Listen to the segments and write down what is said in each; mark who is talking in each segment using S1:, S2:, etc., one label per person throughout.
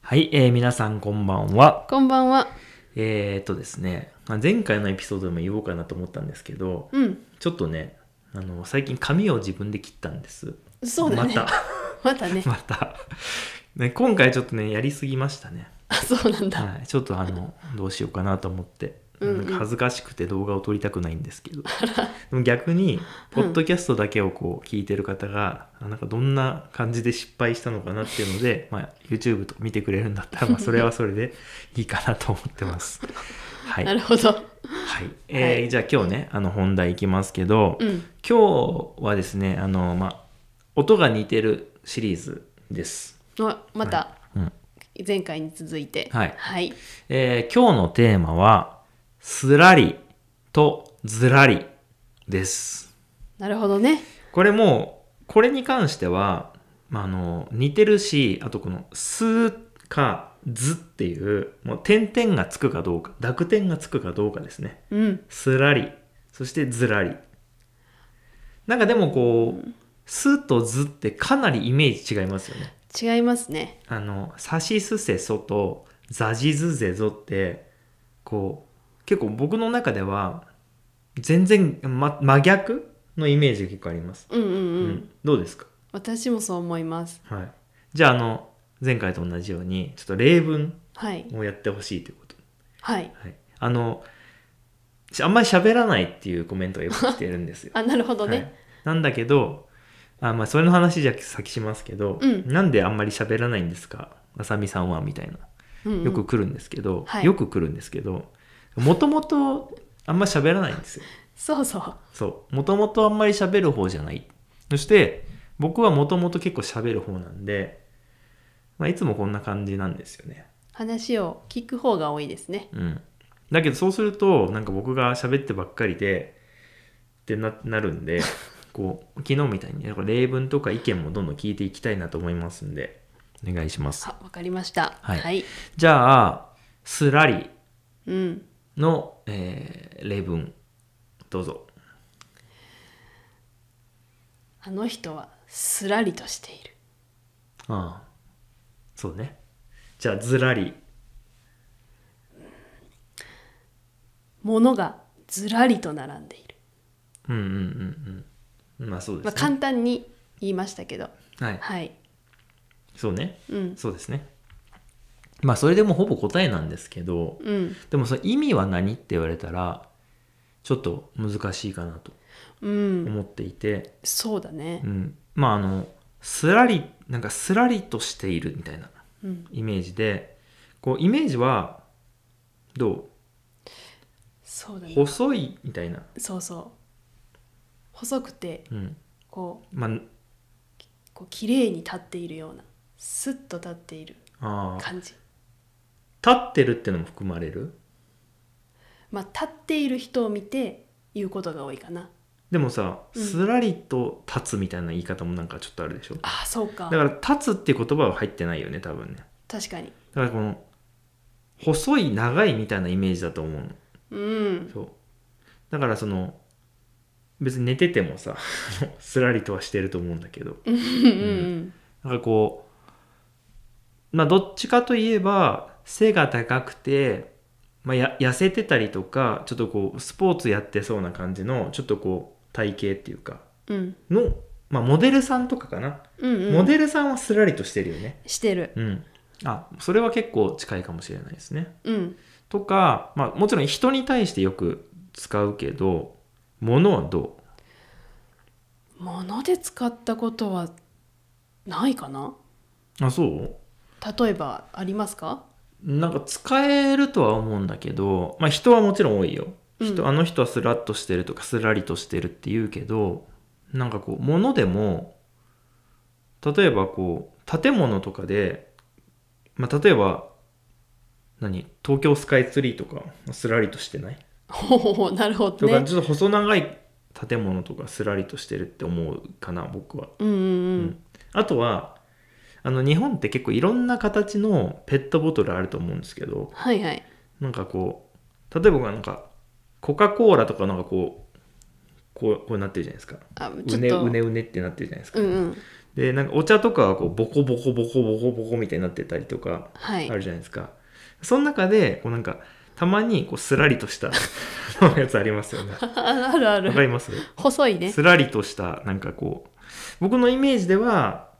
S1: はい、えー、皆さんこんばんは。
S2: こんばんは。
S1: えー、っとですね、まあ前回のエピソードでも言おうかなと思ったんですけど、
S2: うん。
S1: ちょっとね、あの、最近髪を自分で切ったんです。
S2: そうだね。
S1: また、
S2: またね。
S1: また。ね、今回ちょっとね、やりすぎましたね。
S2: あ、そうなんだ。
S1: はい、ちょっとあの、どうしようかなと思って。
S2: うんうん
S1: なんか恥ずかしくて動画を撮りたくないんですけどでも逆にポッドキャストだけをこう聞いてる方が、あなんかどんな感じで失敗したのかなっていうの で、まあ、YouTube と見てくれるんだったら、まあ、それはそれでいいかなと思って ます。はい、
S2: な
S1: はい
S2: るほど。
S1: えー
S2: はい
S1: じゃあ今日ねあの本題いきますけど、
S2: うん。
S1: 今日はですねあの、まあ、音が似てるシリーズです。
S2: あまた
S1: うん
S2: 前回に続いて。
S1: はい
S2: はい。
S1: えー今日のテーマは、すらりとずらりです。
S2: なるほどね。
S1: これもう、これに関しては、まあ、あの、似てるし、あとこの、すか、ずっていう、もう点々がつくかどうか、濁点がつくかどうかですね。
S2: うん。
S1: すらり、そしてずらり。なんかでもこう、すとずってかなりイメージ違いますよね。
S2: 違いますね。
S1: あの「さしすせそ」と「ざじずぜぞ」ってこう結構僕の中では全然、ま、真逆のイメージが結構あります、
S2: うんうん
S1: う
S2: うん。
S1: どうですか、
S2: 私もそう思います。
S1: はい、じゃああの前回と同じようにちょっと例文
S2: はい。
S1: をやってほしいということ、
S2: はい。
S1: はい、あのしあんまり喋らないっていうコメントがよく来てるんですよ、
S2: あ、なるほど
S1: はい
S2: ね。
S1: なんだけどあまあそれの話じゃ先しますけど、
S2: うん
S1: なんであんまり喋らないんですかあさみさんはみたいな
S2: うんうん
S1: よく。来るんですけど、
S2: はい
S1: よく来るんですけどもともとあんま喋らないんですよ
S2: そうそう。
S1: そうもともとあんまり喋る方じゃないそして僕はもともと結構喋る方なんで、まあ、いつもこんな感じなんですよね
S2: 話を聞く方が多いですね。
S1: うんだけどそうするとなんか僕が喋ってばっかりでってななる んでこう昨日みたいになんか例文とか意見もどんどん聞いていきたいなと思いますんでお願いします
S2: あ、わかりました。
S1: はい
S2: はい。
S1: じゃあすらり
S2: うん。
S1: の、えー例文どうぞ
S2: あの人はすらりとしている。
S1: ああそうねじゃあずらり
S2: ものがずらりと並んでいる。
S1: うんうんうんうんまあそう
S2: ま
S1: で
S2: あ、
S1: すね、
S2: 簡単に言いましたけど。
S1: はい
S2: はい。
S1: そうね
S2: うん。
S1: そうですねまあそれでもほぼ答えなんですけど
S2: うん。
S1: でもその意味は何って言われたらちょっと難しいかなと
S2: うん。
S1: 思っていて、
S2: そうだね
S1: う。ん、まああのすらりなんかすらりとしているみたいな
S2: うん。
S1: イメージでこうイメージはど
S2: そうだ
S1: う
S2: ね。
S1: 細いみたいな、
S2: そうそう。細くて、
S1: うん
S2: こう、
S1: まあ
S2: こう綺麗に立っているような、スッと立っている
S1: あー
S2: 感じ。
S1: 立ってるってのも含まれる
S2: まあ、立っている人を見て言うことが多いかな。
S1: でもさ、
S2: うん
S1: すらりと立つみたいな言い方もなんかちょっとあるでしょだ
S2: ああ、そうか
S1: か。ら立つって言葉は入ってないよね多分ね
S2: 確かに。
S1: だからこの細い長いみたいなイメージだと思うの
S2: うん。
S1: そうだからその別に寝ててもさ あのすらりとはしてると思うんだけど
S2: うんうん
S1: なんかこうまあどっちかといえば背が高くて、まあ、や痩せてたりとかちょっとこうスポーツやってそうな感じのちょっとこう体型っていうか
S2: うん。
S1: の、まあ、モデルさんとかかな、
S2: うんうん。
S1: モデルさんはすらりとしてるよね
S2: してる。
S1: うんあそれは結構近いかもしれないですね
S2: うん。
S1: とか、まあ、もちろん人に対してよく使うけど物はど
S2: もので使ったことはないかな
S1: うあそう
S2: 例えばありますか
S1: なんか使えるとは思うんだけど、まあ、人はもちろん多いよ人、
S2: うん
S1: あの人はスラッとしてるとかスラリとしてるって言うけどなんかこう物でも例えばこう建物とかで、まあ、例えば何東京スカイツリーとかスラリとしてない
S2: ほうほうほうなるほ
S1: と
S2: ど
S1: か、
S2: ね。
S1: ちょっと細長い建物とかスラリとしてるって思うかな僕は
S2: うんうんうん。
S1: あとはあの日本って結構いろんな形のペットボトルあると思うんですけど
S2: はいはい。
S1: なんかこう例えばなんかコカ・コーラとかなんかこうこうこうなってるじゃないですか
S2: あ
S1: うねうねうねってなってるじゃないですか、
S2: うんうん
S1: でなんかお茶とかはこうボコボコボコボコボコみたいになってたりとか
S2: は
S1: あ
S2: い。
S1: るじゃないですか、その中でこうなんかたまにこうすらりとした あのやつありますよねわ
S2: あるあ
S1: か
S2: る。
S1: ります
S2: 細いね。
S1: すらりとしたなんかこう僕のイメージでは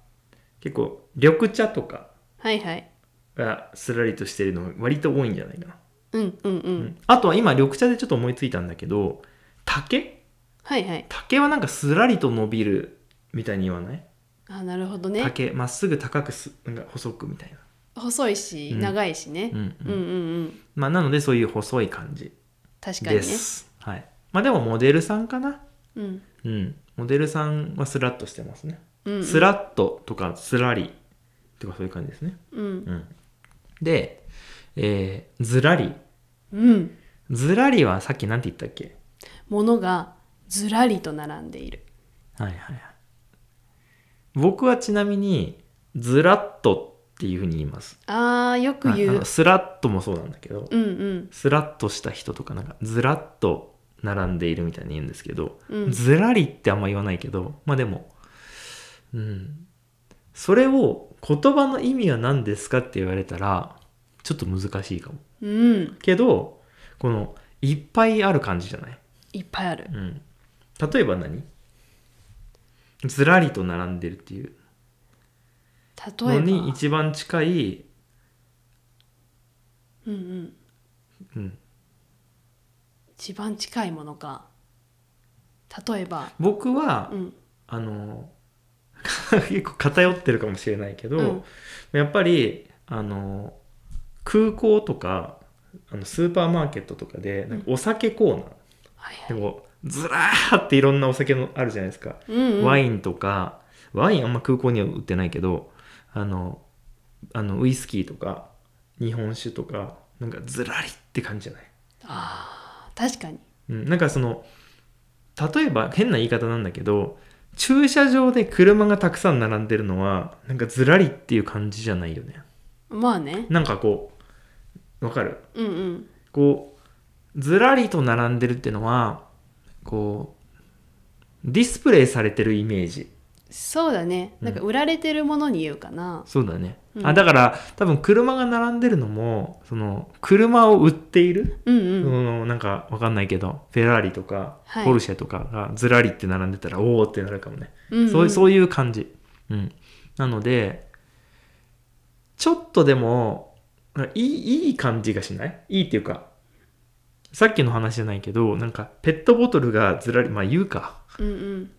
S1: 結構緑茶とか
S2: はいはい。
S1: がすらりとしてるのが割と多いんじゃないかな、
S2: うんうんう。
S1: うんんあとは今緑茶でちょっと思いついたんだけど竹
S2: はいはい。
S1: 竹はなんかすらりと伸びるみたいに言わない
S2: あなるほどね。
S1: 竹まっすぐ高くすなんか細くみたいな、
S2: 細いし、
S1: うん
S2: 長いしね
S1: う。ん
S2: うんうんうん。
S1: まあ、なのでそういう細い感じ
S2: 確かに
S1: で
S2: ね。
S1: す、はいまあでもモデルさんかな
S2: うん。
S1: うんモデルさんはスラッとしてますね、
S2: うんうん
S1: スラッととかスラリとかそういう感じですね
S2: うん。
S1: うんで、えー、ずらり
S2: うん。
S1: ずらりはさっきなんて言ったっけ
S2: ものがずらりと並んでいる。
S1: はいはいはい僕はちなみにずらっとっていうふうに言います
S2: あーよく
S1: はいあ
S2: 言う
S1: の。スラッともそうなんだけど、
S2: うんうん。
S1: スラッとした人とかなんかずらっと並んでいるみたいに言うんですけど、
S2: うん
S1: ずらりってあんま言わないけどまあでもうんそれを言葉の意味は何ですかって言われたらちょっと難しいかも
S2: うん。
S1: けどこのいっぱいある感じじゃない、
S2: いっぱいある
S1: う。ん、例えば何ずらりと並んでるっていうの
S2: 例えば。
S1: に一番近い、
S2: うんうん。
S1: うん、
S2: 一番近いものか。例えば。
S1: 僕は、
S2: うん。
S1: あの 結構偏ってるかもしれないけど、
S2: うん
S1: やっぱりあの空港とかあのスーパーマーケットとかでなんかお酒コーナー、
S2: はいは
S1: で
S2: い。
S1: もずらーっていろんなお酒のあるじゃないですか、
S2: うんうん、
S1: ワインとかワインあんま空港には売ってないけどあのあのウイスキーとか日本酒とかなんかずらりって感じじゃない、
S2: あー確かに
S1: うん、なんかその例えば変な言い方なんだけど駐車場で車がたくさん並んでるのはなんかずらりっていう感じじゃないよね
S2: まあね
S1: なんかこうわかる
S2: うんうん
S1: こうずらりと並んでるっていうのはこうディスプレイされてるイメージ
S2: そうだねなんか売られてるものに言うかな、
S1: そうだね、
S2: うん
S1: あだから多分車が並んでるのもその車を売っている、
S2: うん、うん
S1: そのなんかわかんないけどフェラーリとか
S2: はい
S1: ポルシェとかがずらりって並んでたらおおってなるかもね、
S2: うんうん
S1: そうそういう感じ、うん、なのでちょっとでもいいいい感じがしないいいっていうかさっきの話じゃないけどなんかペットボトルがずらりまあ言うか
S2: うんうん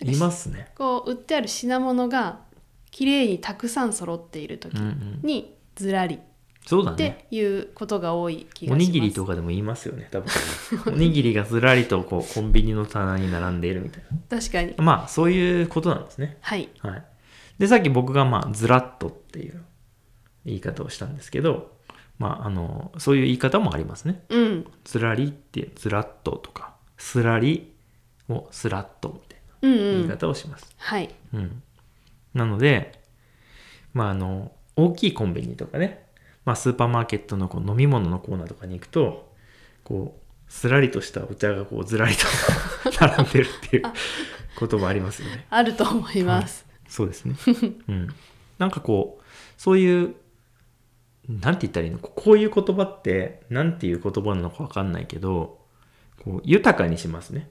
S1: 言いますね、
S2: こう売ってある品物が綺麗にたくさん揃っている時
S1: うんうん、
S2: にずらりっ
S1: そうだね
S2: ていうことが多い気
S1: お
S2: がします、
S1: にぎりとかでも言いますよね多 分おにぎりがずらりとこうコンビニの棚に並んでいるみたい
S2: 確かに
S1: なまあそういうことなんですね
S2: はい
S1: はいでさっき僕がまあずらっとっていう言い方をしたんですけどまああのそういう言い方もありますね
S2: うん
S1: ずらりってずらっととかすらりをすらっとみたい
S2: うん
S1: な言い
S2: うん
S1: 方をします
S2: はい
S1: うん、なのでまああの大きいコンビニとかね、まあ、スーパーマーケットのこう飲み物のコーナーとかに行くとこうすらりとしたお茶がこうずらりと並んでるっていうこともありますよね
S2: あると思います、
S1: そうですねうんなんかこうそういうなんて言ったらいいのここういう言葉ってなんていう言葉なのかわかんないけどこう豊かにしますね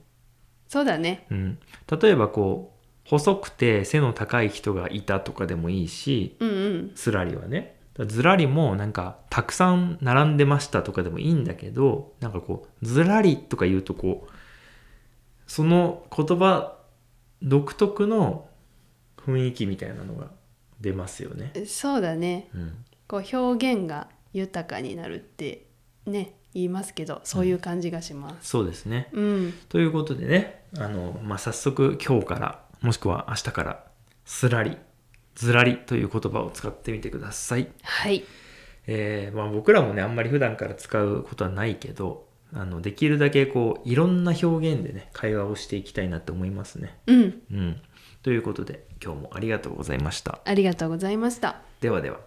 S2: そうだね
S1: うん、例えばこう細くて背の高い人がいたとかでもいいし
S2: うんうん
S1: すらりはねだからずらりもなんかたくさん並んでましたとかでもいいんだけどなんかこうずらりとか言うとこうその言葉独特の雰囲気みたいなのが出ますよね。
S2: そうだね
S1: うん、
S2: こう表現が豊かになるってね言いますけどそういう感じがします、
S1: そうですね。
S2: うん、
S1: ということでねあの、まあ、早速今日からもしくは明日からすらりずらりという言葉を使ってみてください。
S2: はい、
S1: えーまあ、僕らもねあんまり普段から使うことはないけどあのできるだけこういろんな表現でね会話をしていきたいなと思いますね。
S2: うん、
S1: うん、ということで今日もありがとうございました。
S2: ありがとうございました。
S1: ではでは。